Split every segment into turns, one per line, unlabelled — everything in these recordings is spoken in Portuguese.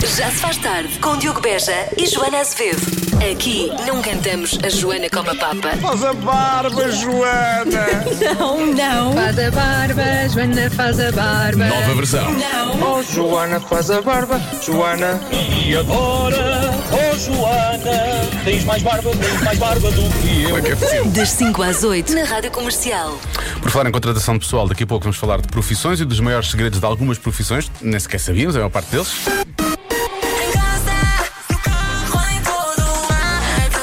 Já se faz tarde com Diogo Beja e Joana Azevedo. Aqui não cantamos a Joana como a Papa.
Faz a barba, Joana!
Não, não,
Faz a barba, Joana faz a barba.
Nova versão.
não.
Oh, Joana, faz a barba, Joana!
E agora, oh Joana, tens mais barba, muito mais barba do que
é
eu.
Das 5 às 8 na Rádio Comercial.
Por falar em contratação de pessoal, daqui a pouco vamos falar de profissões e dos maiores segredos de algumas profissões. Nem sequer sabíamos, a maior parte deles.
Em casa, no carro, em todo lado.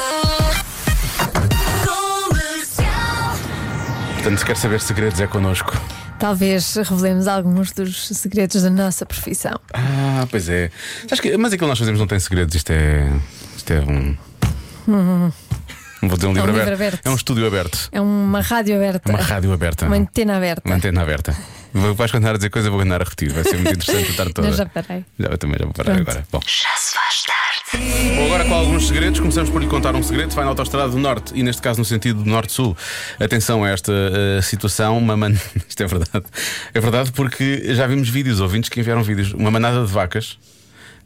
Comercial.
Portanto, se quer saber segredos, é connosco.
Talvez revelemos alguns dos segredos da nossa profissão.
Ah, pois é. Sabes que- mas aquilo que nós fazemos não tem segredos. Isto é. Isto é um. Não vou dizer um livro,
livro
aberto.
aberto.
É um estúdio aberto.
É uma rádio aberta.
Uma rádio aberta.
Uma antena aberta.
Uma antena aberta. Vou- Vais continuar a dizer coisa, vou continuar a repetir. Vai ser muito interessante a tarde toda.
Eu já parei.
Já, eu também já vou parar
Pronto.
agora. Bom. Já se faz tarde. Bom, agora com alguns segredos, começamos por lhe contar um segredo. Vai na autostrada do Norte e, neste caso, no sentido do Norte-Sul. Atenção a esta eh, situação. Uma man... Isto é verdade. É verdade porque já vimos vídeos, ouvintes que enviaram vídeos. Uma manada de vacas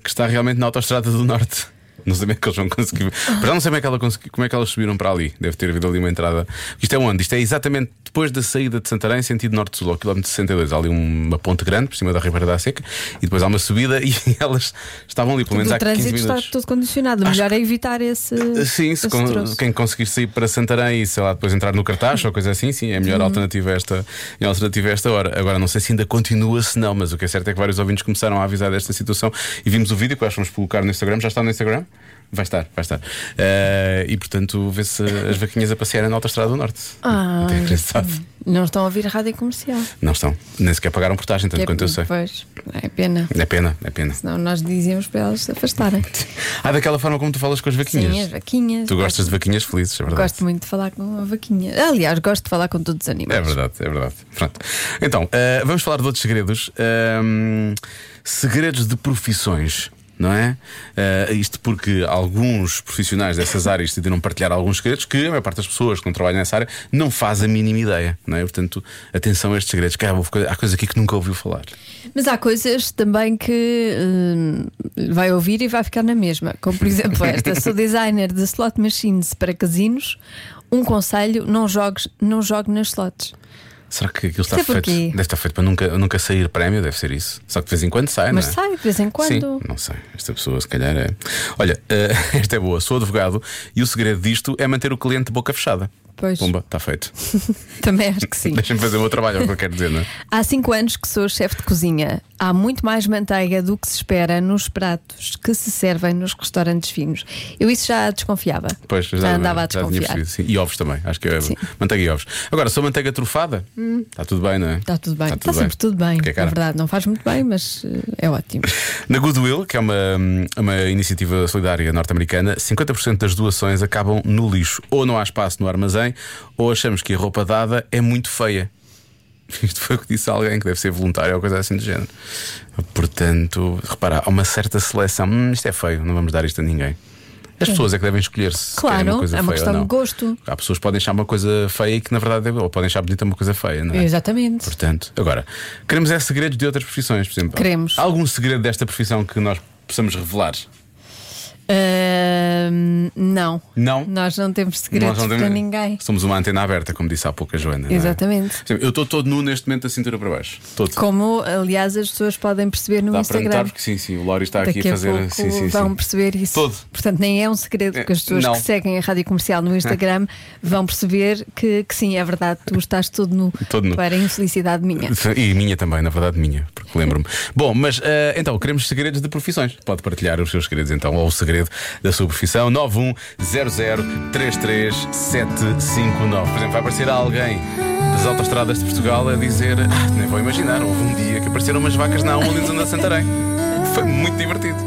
que está realmente na autostrada do Norte. Não sei bem que eles vão conseguir. Mas já não sei bem que ela consegui- como é que elas subiram para ali. Deve ter havido ali uma entrada. Isto é onde? Isto é exatamente depois da saída de Santarém, sentido norte-sul, ao quilómetro 62. Há ali um, uma ponte grande por cima da Ribeira da Seca e depois há uma subida e elas estavam ali, pelo menos
O
há 15
trânsito está
minutos.
todo condicionado. O melhor é evitar esse.
Sim, se
esse
con-
troço.
quem conseguir sair para Santarém e sei lá, depois entrar no cartaz ou coisa assim, sim, é a melhor alternativa a esta, a alternativa a esta hora. Agora não sei se ainda continua, se não, mas o que é certo é que vários ouvintes começaram a avisar desta situação e vimos o vídeo que nós vamos colocar no Instagram. Já está no Instagram? Vai estar, vai estar. Eh, e portanto, vê-se as vaquinhas a passearem na Autostrada do Norte.
Ah,
Muito engraçado.
Não estão a ouvir rádio comercial.
Não estão, nem sequer pagaram portagem, tanto
Que é-
quanto eu sei.
Pois, é pena.
É pena, é pena.
Senão nós dizíamos para elas se afastarem.
Ah, daquela forma como tu falas com as vaquinhas.
Sim, as vaquinhas.
Tu gostas de vaquinhas felizes, é verdade.
Gosto muito de falar com a vaquinha. Aliás, gosto de falar com todos os animais.
É verdade, é verdade. Pronto. Então, eh, vamos falar de outros segredos. Ahm, segredos de profissões. Não é? Eh, isto porque alguns profissionais dessas áreas decidiram partilhar alguns segredos que a maior parte das pessoas que não trabalham nessa área não faz a mínima ideia, não é? Portanto, atenção a estes segredos, que há, houve coisa- há coisa aqui que nunca ouviu falar.
Mas há coisas também que hum, vai ouvir e vai ficar na mesma. Como por exemplo esta: sou designer de slot machines para casinos. Um conselho: não jogues, não jogue nas slots.
Será que aquilo está
Isso é
feito?
porquê?
Deve estar feito para nunca, nunca sair prémio, deve ser isso. Só que de vez em quando sai,
Mas
não é?
sai de vez em quando.
Sim, não sei. Esta pessoa, se calhar, é. Olha, eh, esta é boa. Sou advogado e o segredo disto é manter o cliente de boca fechada.
Pois.
Pumba, está feito.
Também acho que sim.
Deixa-me fazer o meu trabalho, é o que eu quero dizer, não é?
Há cinco anos que sou chefe de cozinha. Há muito mais manteiga do que se espera nos pratos que se servem nos restaurantes finos. Eu isso já desconfiava.
Pois, já,
andava a
já tinha
desconfiar.
percebido, sim. E ovos também, acho que é
Sim. Hum.
manteiga e ovos. Agora, sou manteiga trufada, está tudo bem, não é?
Está tudo bem, está, sempre tudo bem.
Porque é
na
cara.
verdade, não faz muito bem, mas eh, é ótimo.
Na Goodwill, que é uma, uma iniciativa solidária norte-americana, 50% das doações acabam no lixo. Ou não há espaço no armazém, ou achamos que a roupa dada é muito feia. Isto foi o que disse alguém que deve ser voluntário ou coisa assim do género. Portanto, repara, há uma certa seleção. Hum, isto é feio, não vamos dar isto a ninguém. As pessoas é que devem escolher se
Claro,
querem uma coisa
é uma
feia
questão
ou não.
de gosto.
Há pessoas que podem achar uma coisa feia e que na verdade é boa, ou podem achar bonita uma coisa feia, não é?
Exatamente.
Portanto, agora, queremos é segredos de outras profissões, por exemplo.
Queremos.
Há algum segredo desta profissão que nós possamos revelar?
Ahm, não.
Não?
Nós não temos segredos
Nós não
para ninguém.
Somos uma antena aberta, como disse há pouco a Joana. não é?
Exatamente.
Por exemplo, Eu estou todo nu neste momento da cintura para baixo. Todo.
Como, aliás, as pessoas podem perceber no
Dá para notar
Instagram.
porque sim, sim, o Lori está
Daqui
aqui a fazer.
pouco
sim, sim,
vão
sim.
perceber isso.
Todo.
Portanto, nem é um segredo
É,
que as pessoas
não.
que seguem a rádio comercial no Instagram vão perceber que, que sim, é verdade, tu estás todo nu,
Todo nu.
para a infelicidade minha.
E minha também, na verdade, minha, porque lembro-me. Bom, mas eh, então, queremos segredos de profissões. Pode partilhar os seus segredos, então, ou o segredo da sua profissão. 910033759. Por exemplo, vai aparecer alguém das autostradas de Portugal a dizer: "Ah, nem vou imaginar, houve um dia que apareceram umas vacas na Aula de Santarém. Foi muito um divertido.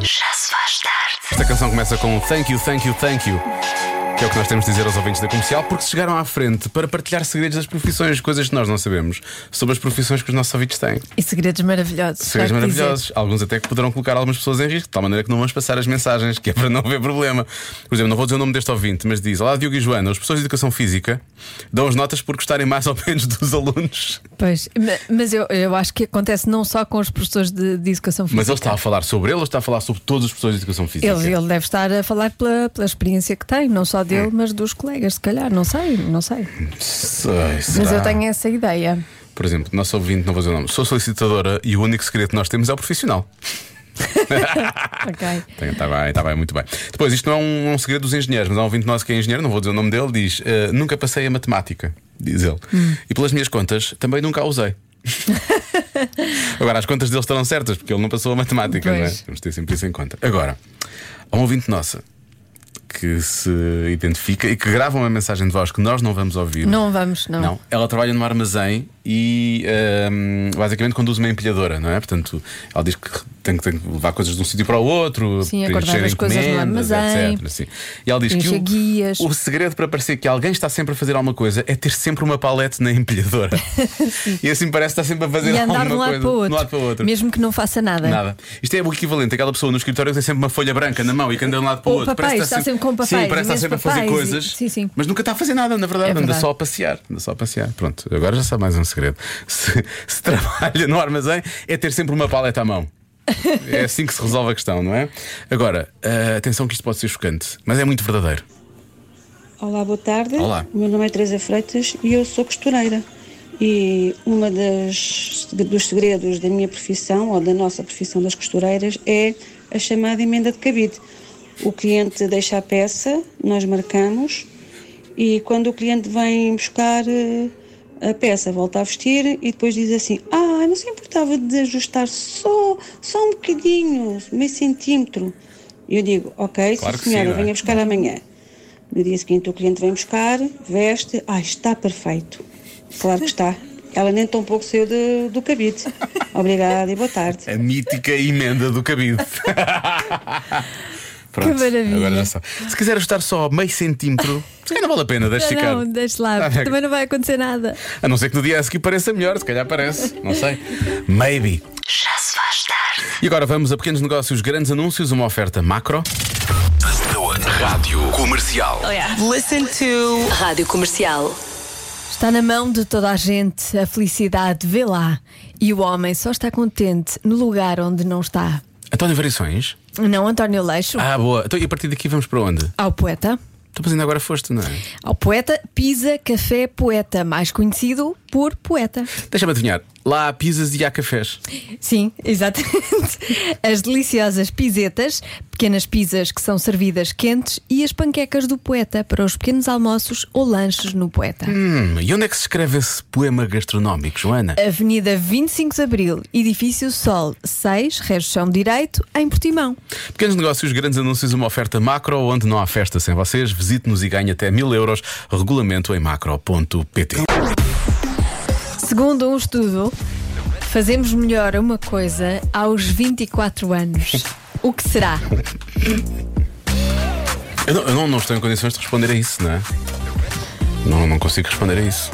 Já se faz tarde. Esta canção começa com Thank you, thank you, thank you. que é o que nós temos de dizer aos ouvintes da comercial, porque chegaram à frente para partilhar segredos das profissões, coisas que nós não sabemos, sobre as profissões que os nossos ouvintes têm.
E segredos maravilhosos.
Segredos
há que dizer.
maravilhosos. Alguns até que poderão colocar algumas pessoas em risco, de tal maneira que não vamos passar as mensagens, que é para não haver problema. Por exemplo, não vou dizer o nome deste ouvinte, mas diz: Olá, Diogo e Joana, os professores de educação física dão as notas por gostarem mais ou menos dos alunos.
Pois, ma- mas eu, eu acho que acontece não só com os professores de, de educação física.
Mas ele está a falar sobre ele ou está a falar sobre todos os professores de educação física?
Ele, ele deve estar a falar pela, pela experiência que tem, não só
Hum.
dele, mas dos colegas, se calhar, não sei, não sei.
Sei, será?
Mas eu tenho essa ideia.
Por exemplo, nosso ouvinte, não vou dizer o nome, sou solicitadora e o único segredo que nós temos é o profissional. Ah.
Ok.
Está tá bem, está bem, muito bem. Depois, isto não é um, um segredo dos engenheiros, mas há um ouvinte nosso que é engenheiro, não vou dizer o nome dele, diz: "Eh, Nunca passei a matemática, diz ele. E pelas minhas contas, também nunca a usei. Agora, as contas dele estarão certas, porque ele não passou a matemática, não é?
Pois.
Temos de ter sempre isso em conta. Agora, há um ouvinte nossa que se identifica e que grava uma mensagem de voz que nós não vamos ouvir.
Não vamos, não.
Não, ela trabalha num armazém e ahm, basicamente conduz uma empilhadora, não é? Portanto, ela diz que tem que, tem que levar coisas de um sítio para o outro,
Sim,
preencher
acordar as coisas no
encomendas,
armazém,
etc. Sim. E ela diz que
preencher
o,
guias.
o segredo para parecer que alguém está sempre a fazer alguma coisa é ter sempre uma palete na empilhadora. e assim parece que está sempre a fazer
E andar de um
alguma
lado
coisa.
para o
de um
outro.
lado para o outro.
Mesmo que não faça nada.
Nada. Isto é o equivalente àquela pessoa no escritório que tem sempre uma folha branca na mão e que anda de um lado para o
Ou
outro.
papéis,
que
está sempre com papéis,
Sim, parece que está
imensos
sempre a fazer
papéis e-
coisas.
sim, sim.
Mas nunca está a fazer nada, na verdade.
É
anda
verdade.
só a passear. Anda só a passear. Pronto, agora já sabe mais um segredo. Se, se trabalha no armazém, é ter sempre uma paleta à mão. É assim que se resolve a questão, não é? Agora, ah, atenção que isto pode ser chocante, mas é muito verdadeiro.
Olá, boa tarde.
Olá.
O meu nome é Teresa Freitas e eu sou costureira. E uma das dos segredos da minha profissão ou da nossa profissão das costureiras é a chamada emenda de cabide. O cliente deixa a peça, nós marcamos e quando o cliente vem buscar eh, a peça, volta a vestir e depois diz assim: "Ah, não se importava de ajustar só só um bocadinho, meio centímetro". Eu digo: "OK,
Claro que
sim, senhora,
sim, não é?
venha buscar amanhã". No dia seguinte o cliente vem buscar, veste, ah, está perfeito. Claro que está. Ela nem tão pouco saiu de- do cabide. Obrigada e boa tarde.
A mítica emenda do cabide. Pronto,
Que maravilha.
Agora já sabe. Se quiser ajustar só meio centímetro, se calhar não vale a pena, deixe ficar.
Não, deixa lá,
Ah,
porque
é.
também não vai acontecer nada.
A não ser que no dia a seguir pareça melhor, se calhar parece, não sei. Maybe.
Já se faz tarde.
E agora vamos a pequenos negócios, grandes anúncios, uma oferta macro.
Rádio Comercial.
Listen to
Rádio Comercial.
Está na mão de toda a gente, a felicidade, vê lá. E o homem só está contente no lugar onde não está.
António Então, Variações.
Não, António Leixo,
Ah, boa. Então, e a partir daqui vamos para onde?
ao poeta.
Estou fazendo agora foste, não é?
Ao poeta Pisa Café Poeta, mais conhecido por poeta.
Deixa-me adivinhar. Lá há pizzas e há cafés.
Sim, exatamente. As deliciosas pisetas, pequenas pizzas que são servidas quentes, e as panquecas do poeta para os pequenos almoços ou lanches no poeta.
Hum, e onde é que se escreve esse poema gastronómico, Joana?
Avenida 25 de Abril, Edifício Sol 6, Resto Chão Direito, em Portimão.
Pequenos negócios, grandes anúncios, uma oferta macro, onde não há festa sem vocês. Visite-nos e ganhe até mil euros. Regulamento em macro.pt.
Segundo um estudo, fazemos melhor uma coisa aos 24 anos. O que será?
Eu, não, eu não, não estou em condições de responder a isso, não é? Não, não consigo responder a isso.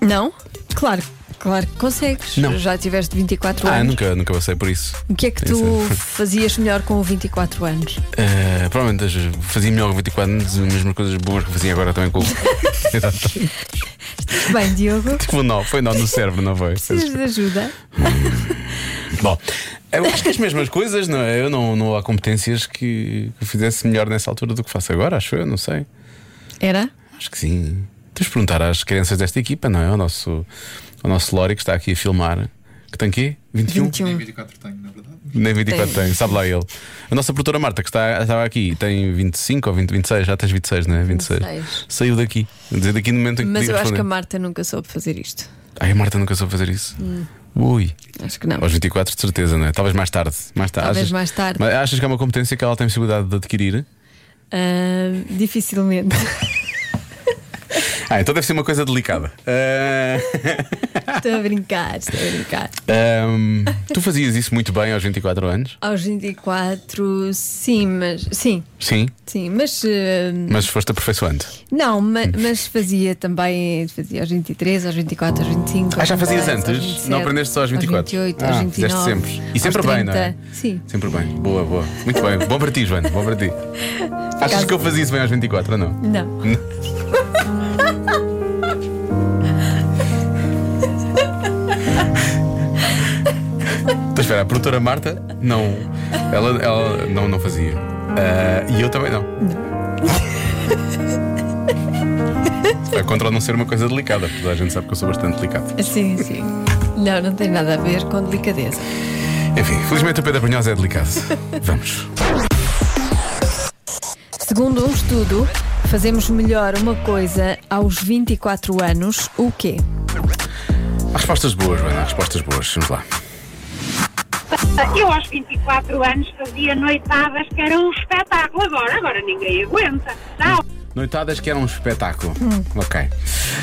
Não? Claro, claro que consegues.
Não.
Já tiveste 24
Ah,
anos.
nunca, nunca passei por isso.
O que é que tu
Isso
fazias melhor com 24 anos?
Eh, provavelmente as- fazia melhor com 24 anos as mesmas coisas boas que fazia agora também com o. Exato.
Bem, Diogo,
Tipo, não, foi não no cérebro, não foi?
precisas de ajuda?
Bom, eu acho que as mesmas coisas, não é? Eu não, não há competências que que fizesse melhor nessa altura do que faço agora, acho eu, não sei.
Era?
Acho que sim. Temos de perguntar às crianças desta equipa, não é? Ao nosso, ao nosso Lori que está aqui a filmar. Que tem quê? 21?
21.
Nem 24 tem. sabe lá ele. A nossa produtora Marta, que está, estava aqui, tem 25 ou 20, 26, já tens 26, não é? 26.
26.
Saiu daqui. Quer dizer, Daqui no momento em que
Mas
podia
eu acho
responder.
que a Marta nunca soube fazer isto.
Ai, a Marta nunca soube fazer isso. Ui.
Acho que Hum. não.
Aos 24, de certeza, não é? Talvez mais tarde. Mais tarde.
Talvez mais tarde.
Mas achas que é uma competência que ela tem possibilidade de adquirir?
Ah, dificilmente.
Ah, então deve ser uma coisa delicada. Ah,
Estou a brincar, estou a brincar.
ahm, ehm, tu fazias isso muito bem aos 24 anos?
Aos 24, sim, mas. Sim,
Sim,
sim, mas. eh,
mas foste aperfeiçoando.
não, ma-
Hum.
mas fazia também. Fazia aos 23, aos 24, aos 25.
Ah,
aos
já fazias
26,
antes?
aos 27,
Não aprendeste só aos 24?
Aos 28,
Ah,
aos
fizeste
29.
sempre. E
aos
sempre bem, não é?
30. Sim.
Sempre bem. Boa, boa. Muito bem. Bom para ti, Joana. Bom para ti. Achas que eu fazia isso bem aos 24 ou não?
Não.
Então espera, a produtora Marta não. Ela, ela não, não fazia. Ah, e eu também não. Vai contra não ser uma coisa delicada, porque toda a gente sabe que eu sou bastante delicado.
Sim, sim. Não, não tem nada a ver com delicadeza.
Enfim, felizmente o Pedro Brunhosa é delicado. Vamos.
Segundo um estudo, fazemos melhor uma coisa aos 24 anos, o quê?
Há respostas boas, Joana. Há respostas boas. Vamos lá.
Eu aos 24 anos fazia noitadas que era um espetáculo. Agora, agora ninguém aguenta. Dá
Noitadas que era um espetáculo. Ok.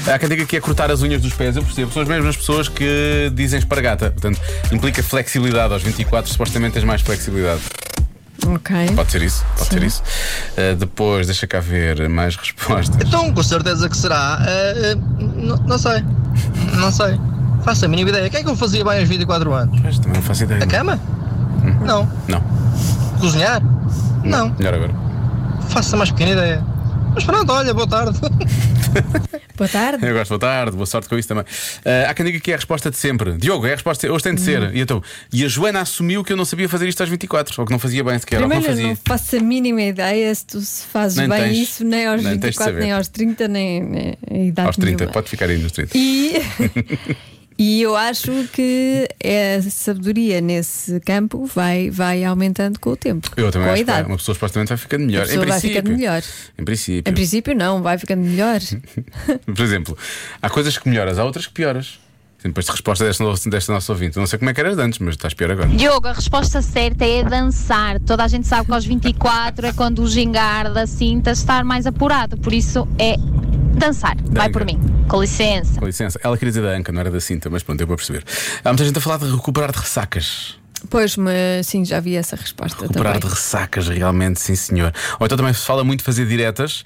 Há quem diga que é cortar as unhas dos pés, eu percebo. São as mesmas pessoas que dizem espargata. Portanto, implica flexibilidade. Aos 24, supostamente tens mais flexibilidade.
Ok.
Pode ser isso? Pode ser isso. Uh, depois, deixa cá ver mais respostas.
Então, com certeza que será. eh, eh, n- não sei. Não sei. Faço a mínima ideia. O que é que eu fazia bem aos 24 anos?
Mas também não faço ideia.
A cama? Não.
Não.
Cozinhar? Não.
Melhor agora.
Faço a mais pequena ideia. Mas pronto, olha, boa tarde.
Boa tarde.
Eu gosto, boa tarde, boa sorte com isso também. Uh, há quem diga que é a resposta de sempre. Diogo, é a resposta, hoje tem de ser. E, então, e a Joana assumiu que eu não sabia fazer isto aos 24, ou que não fazia bem sequer, ou que
Primeiro,
não
eu
fazia.
não faço a mínima ideia se tu se fazes
Nem
bem
tens.
isso, nem aos
Nem tens de
24, nem
saber.
aos 30, nem, nem a idade
Aos 30,
nenhuma.
pode ficar aí nos 30.
E, e eu acho que a sabedoria nesse campo vai, vai aumentando com o tempo.
Eu também
com a
acho
idade.
que uma pessoa supostamente vai ficando melhor.
A pessoa
em
vai
princípio.
ficando melhor.
Em princípio.
Em princípio, não, vai ficando melhor.
Por exemplo, há coisas que melhoras, há outras que pioras. Depois de resposta desta, no- desta nossa ouvinte. Eu não sei como é que eras antes, mas estás pior agora.
Diogo, a resposta certa é dançar. Toda a gente sabe que aos 24 é quando o gingar da cinta estar mais apurado. Por isso é dançar.
Danga.
Vai por mim. Com licença.
Com licença, ela queria dizer da Anca, não era da cinta, mas pronto, eu vou perceber. Há muita gente a falar de recuperar de ressacas.
Pois, mas sim, já vi essa resposta
Recuperar de
também.
ressacas, realmente, sim senhor. Ou então também se fala muito de fazer diretas.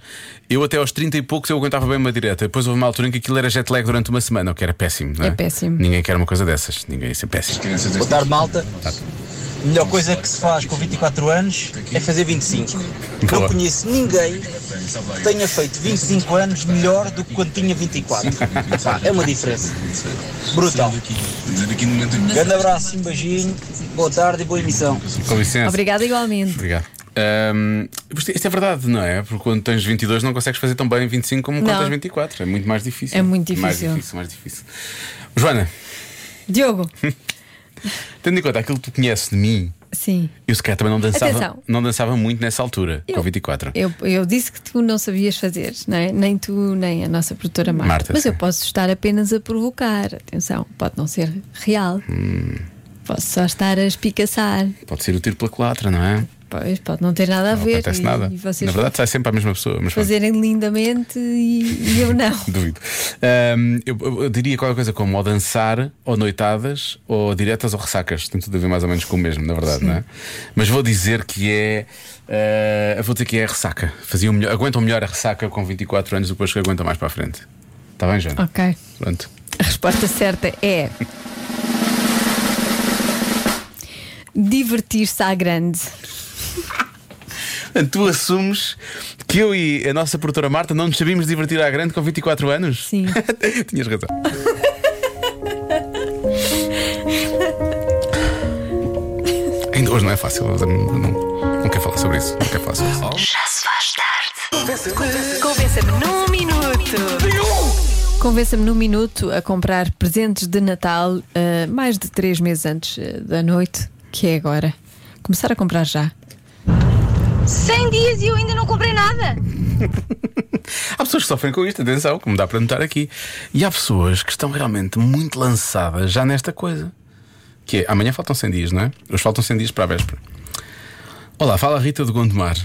Eu até aos 30 e poucos eu aguentava bem uma direta. Depois houve uma altura em que aquilo era jet lag durante uma semana, o que era péssimo, não é?
É péssimo.
Ninguém quer uma coisa dessas. Ninguém, isso é péssimo.
Boa tarde, malta. A melhor coisa que se faz com 24 anos é fazer 25.
Boa.
Não conheço ninguém que tenha feito 25 anos melhor do que quando tinha 24. Pá, é uma diferença. Brutal. Grande abraço, um beijinho, boa tarde e boa emissão.
Com licença.
Obrigada igualmente.
Obrigado. Ahm, isto isto é verdade, não é? Porque quando tens 22 não consegues fazer tão bem 25 como quando
Não.
tens 24. É muito mais difícil.
É muito difícil.
Mais difícil, mais difícil. Joana,
Diogo,
tendo em conta aquilo que tu conheces de mim,
sim.
eu se calhar também não dançava,
Atenção.
não dançava muito nessa altura, com 24.
Eu, eu disse que tu não sabias fazer, não é? nem tu, nem a nossa produtora Marta.
Marta,
Mas
sim.
eu posso estar apenas a provocar. Atenção, pode não ser real.
Hum.
Posso só estar a espicaçar.
Pode ser o tiro pela culatra, não é?
Pois, pode não ter nada a
Não
ver.
acontece
e,
nada.
e vocês
Na verdade, sai sempre a mesma pessoa. Mas pronto.
fazerem lindamente e, e eu não.
Duvido. Ahm, eu, eu- eu diria qualquer coisa como ou dançar, ou noitadas, ou diretas ou ressacas. Tem tudo a ver mais ou menos com o mesmo, na verdade, não é? Mas vou dizer que é. ah, vou dizer que é a ressaca. Faziam melhor, aguentam melhor a ressaca com 24 anos depois que aguentam mais para a frente. Está bem, Jana?
Ok.
Pronto.
A resposta certa é. Divertir-se à grande.
Portanto, Tu assumes que eu e a nossa produtora Marta não nos sabíamos divertir à grande com 24 anos?
Sim.
Tinhas razão. Ainda hoje não é fácil. eu Não, não, não quero falar sobre isso. Não quero falar sobre isso.
Já se faz tarde. Convença-me num minuto.
Convença-me num minuto a comprar presentes de Natal ah, mais de três meses antes ah, da noite, que é agora. Começar a comprar já.
100 dias e eu ainda não comprei nada.
Há pessoas que sofrem com isto, atenção, como dá para notar aqui. E há pessoas que estão realmente muito lançadas já nesta coisa. Que é, amanhã faltam 100 dias, não é? Hoje faltam 100 dias para a véspera. Olá, fala a Rita de Gondomar.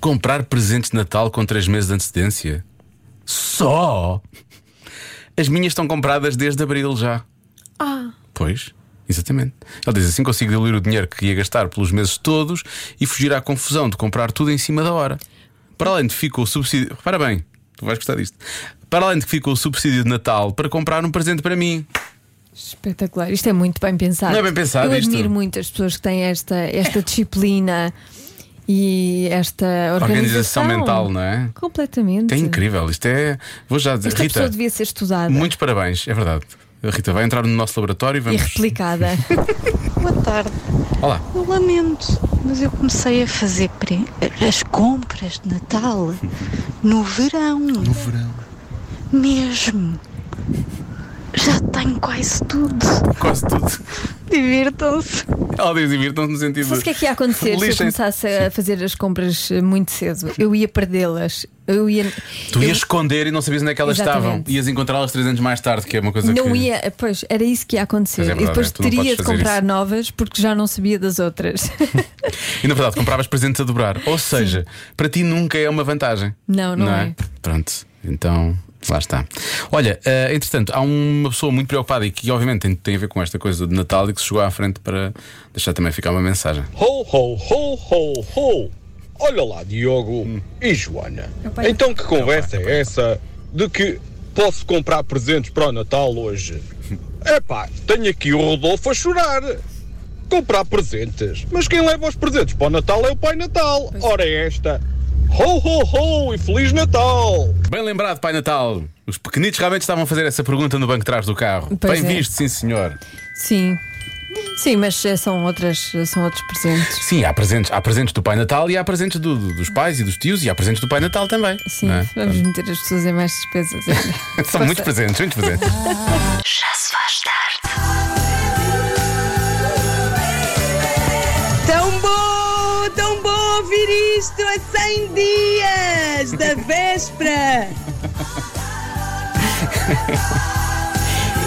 Comprar presentes de Natal com 3 meses de antecedência? Só? As minhas estão compradas desde abril já.
Ah.
Pois, exatamente. Ele diz assim: consigo diluir o dinheiro que ia gastar pelos meses todos e fugir à confusão de comprar tudo em cima da hora. Para além de que ficou o subsídio. Repara bem, tu vais gostar disto. Para além de que ficou o subsídio de Natal para comprar um presente para mim.
Espetacular, isto é muito bem pensado.
Não é bem pensado
Eu
isto?
admiro muito as pessoas que têm esta, esta disciplina e esta organização,
Organização mental, não é?
Completamente.
É incrível, isto é. Vou já dizer.
Esta pessoa
Rita,
devia ser estudada
muitos parabéns, é verdade. A Rita vai entrar no nosso laboratório e
e
vamos.
replicada.
Boa tarde.
Olá.
Eu lamento, mas eu comecei a fazer pre- as compras de Natal no verão. No
verão.
Mesmo. Já tenho quase tudo.
Quase tudo.
Divirtam-se.
Ela diz: divirtam-se no sentido.
Sabes o que é que ia acontecer se eu
Lixem-se.
começasse a fazer as compras eh, muito cedo? Eu ia perdê-las. Eu ia.
Tu
eu
ias esconder e não sabias onde é que elas estavam.
Exatamente.
Ias encontrá-las três anos mais tarde, que é uma coisa que.
Não ia, pois, era isso que ia acontecer.
Mas é
e
verdade,
depois
é, tu não podes
teria de
fazer
comprar
isso.
novas porque já não sabia das outras.
E na verdade compravas presentes a dobrar. Ou seja, para ti nunca é uma vantagem.
Não, não é.
Pronto, então lá está. Olha, eh, entretanto, há uma pessoa muito preocupada e que obviamente tem, tem a ver com esta coisa de Natal e que se chegou à frente para deixar também ficar uma mensagem.
Ho, ho, ho, ho, ho. Olha lá, Diogo e Joana. Então que conversa é essa de que posso comprar presentes para o Natal hoje? Epá, tenho aqui o Rodolfo a chorar. Comprar presentes. Mas quem leva os presentes para o Natal é o Pai Natal. Ora é esta. Ho, ho, ho e Feliz Natal.
Bem lembrado, Pai Natal. Os pequenitos realmente estavam a fazer essa pergunta no banco de trás do carro.
Pois
Bem
é.
visto, sim senhor.
Sim. Sim, mas eh, são, outras, são outros presentes.
Sim, há presentes, há presentes do Pai Natal e há presentes do- do- dos pais e dos tios e há presentes do Pai Natal também.
Sim, é.
não é?
vamos meter as pessoas em mais despesas.
São muitos presentes, muitos presentes.
Já se faz tarde.
Tão bom, tão bom ouvir isto a 100 dias da véspera.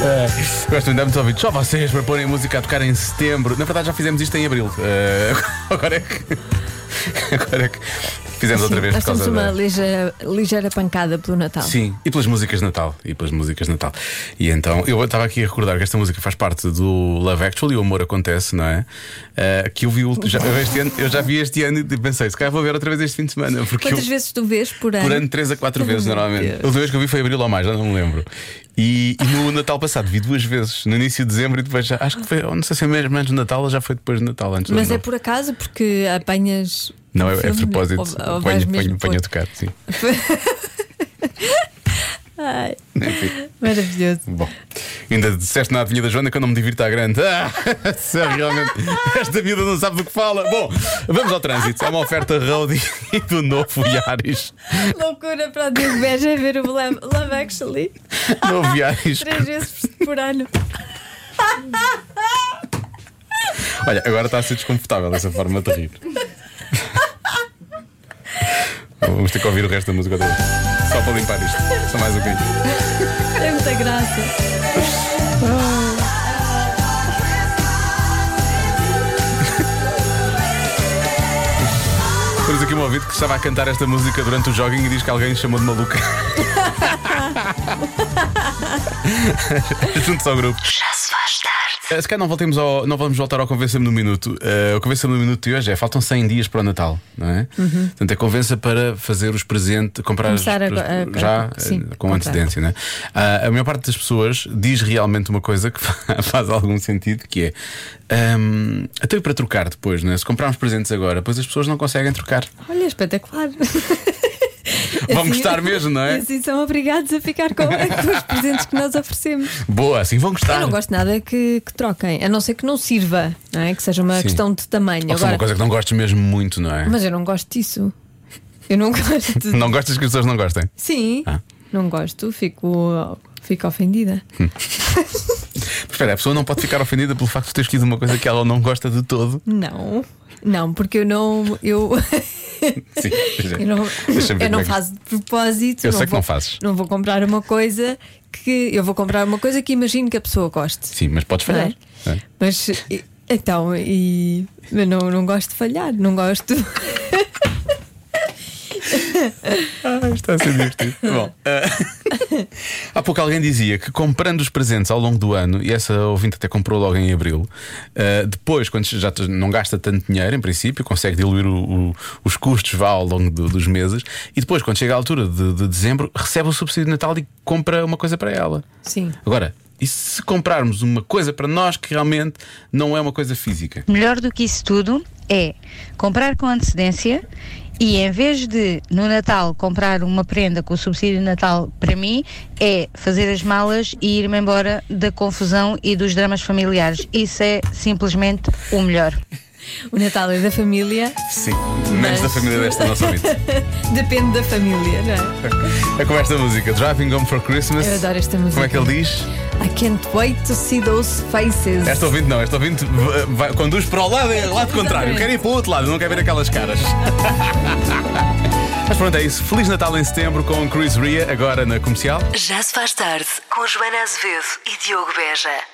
É, Gosto muito, é muito ouvido. Só vocês para porem música a tocar em setembro. Na verdade, já fizemos isto em abril. Eh, agora é que. Agora é que fizemos outra vez por
Nós temos
causa da.
uma ligeira, ligeira pancada pelo Natal.
Sim, e pelas músicas de Natal. E pelas músicas de Natal. E então, eu estava aqui a recordar que esta música faz parte do Love Actually, o amor acontece, não é? Eh, que eu vi o- já, eu este ano, eu já vi este ano e pensei, se calhar vou ver outra vez este fim de semana. Porque
Quantas
eu-
vezes tu vês por ano?
Por ano, 3 a 4 vezes, normalmente. A última vez que eu vi foi abril ou mais, já não me lembro. E, e no Natal passado vi duas vezes, no início de dezembro e depois já. Acho que foi, ou não sei se é mesmo antes do Natal ou já foi depois do Natal. Antes do
Mas
Ano
é
Novo.
por acaso porque apanhas.
Não, é, é
filme,
de propósito.
Ou, ou vais
Ponho, ponho,
mesmo
ponho a
pôr.
tocar, sim.
Ai,
Enfim.
maravilhoso.
Bom, ainda disseste na adivinha da Joana que eu não me divirto à grande. Ah, sério, realmente, esta vida não sabe do que fala. Bom, vamos ao trânsito. Há uma oferta road e do novo Yaris.
Loucura para o Diogo Beja ver o Love, Love Actually.
Novo Yaris.
Três vezes por ano.
Olha, agora está a ser desconfortável essa forma de rir. Vamos ter que ouvir o resto da música outra vez. Só para limpar isto. Só mais um bocadinho.
Tem É muita graça.
Temos aqui um ouvido que estava a cantar esta música durante o jogging e diz que alguém chamou de maluca. Juntos ao grupo.
Já se faz tarde.
Eh, Se calhar não, voltemos ao, não vamos voltar ao Convença-me no Minuto. Eh, o Convença-me no Minuto de hoje é: faltam 100 dias para o Natal, não é?
Uhum.
Portanto, é convença para fazer os presentes, comprar os,
Começar a-
os-
a- a-
já
sim,
eh, com
comprar.
antecedência, né? Ah, a maior parte das pessoas diz realmente uma coisa que faz algum sentido, que é ahm, até para trocar depois, né? Se comprarmos presentes agora, depois as pessoas não conseguem trocar.
Olha, é espetacular.
Vão
Assim-
gostar mesmo, não é?
E assim são obrigados a ficar com, com os presentes que nós oferecemos.
Boa, assim vão gostar.
Eu não gosto nada que, que troquem, a não ser que não sirva, não é? Que seja uma
Sim.
questão de tamanho.
Ou se é uma coisa que não gostes mesmo muito, não é?
Mas eu não gosto disso. Eu não gosto. de-
Não gostas que as pessoas não gostem?
Sim,
Ah.
não gosto, fico, fico ofendida.
Espera, a pessoa não pode ficar ofendida pelo facto de teres escolhido uma coisa que ela não gosta de todo.
Não, não, porque eu não. Eu,
Sim, pois é.
eu não,
Deixa-me ver como
eu não
é que-
faço de propósito.
Eu sei que
vou,
não fazes.
Não vou comprar uma coisa que. Eu vou comprar uma coisa que imagino que a pessoa goste.
Sim, mas podes falhar. É.
Mas e- então, e eu não, não gosto de falhar, não gosto.
Ah, está a ser divertido. Bom, ah, há pouco alguém dizia que comprando os presentes ao longo do ano, e essa ouvinte até comprou logo em abril, ah, depois, quando já t- não gasta tanto dinheiro, em princípio, consegue diluir o- o- os custos vá, ao longo do- dos meses, e depois, quando chega à altura de, de dezembro, recebe o subsídio de Natal e compra uma coisa para ela.
Sim.
Agora, e se comprarmos uma coisa para nós que realmente não é uma coisa física?
Melhor do que isso tudo é comprar com antecedência e em vez de no Natal comprar uma prenda com o subsídio de Natal para mim, é fazer as malas e ir-me embora da confusão e dos dramas familiares. Isso é simplesmente o melhor.
O Natal é da família.
Sim, menos da família desta nossa ouvinte.
Depende da família, não é?
É com esta música, Driving Home for Christmas.
Eu adoro esta música.
Como é que ele diz?
I can't wait to see those faces.
Esta ouvinte não, esta ouvinte v- vai- conduz para o lado, lado contrário. Quer ir para o outro lado, não quer ver aquelas caras. Mas pronto, é isso. Feliz Natal em setembro com Chris Ria, agora na comercial.
Já se faz tarde com Joana Azevedo e Diogo Beja.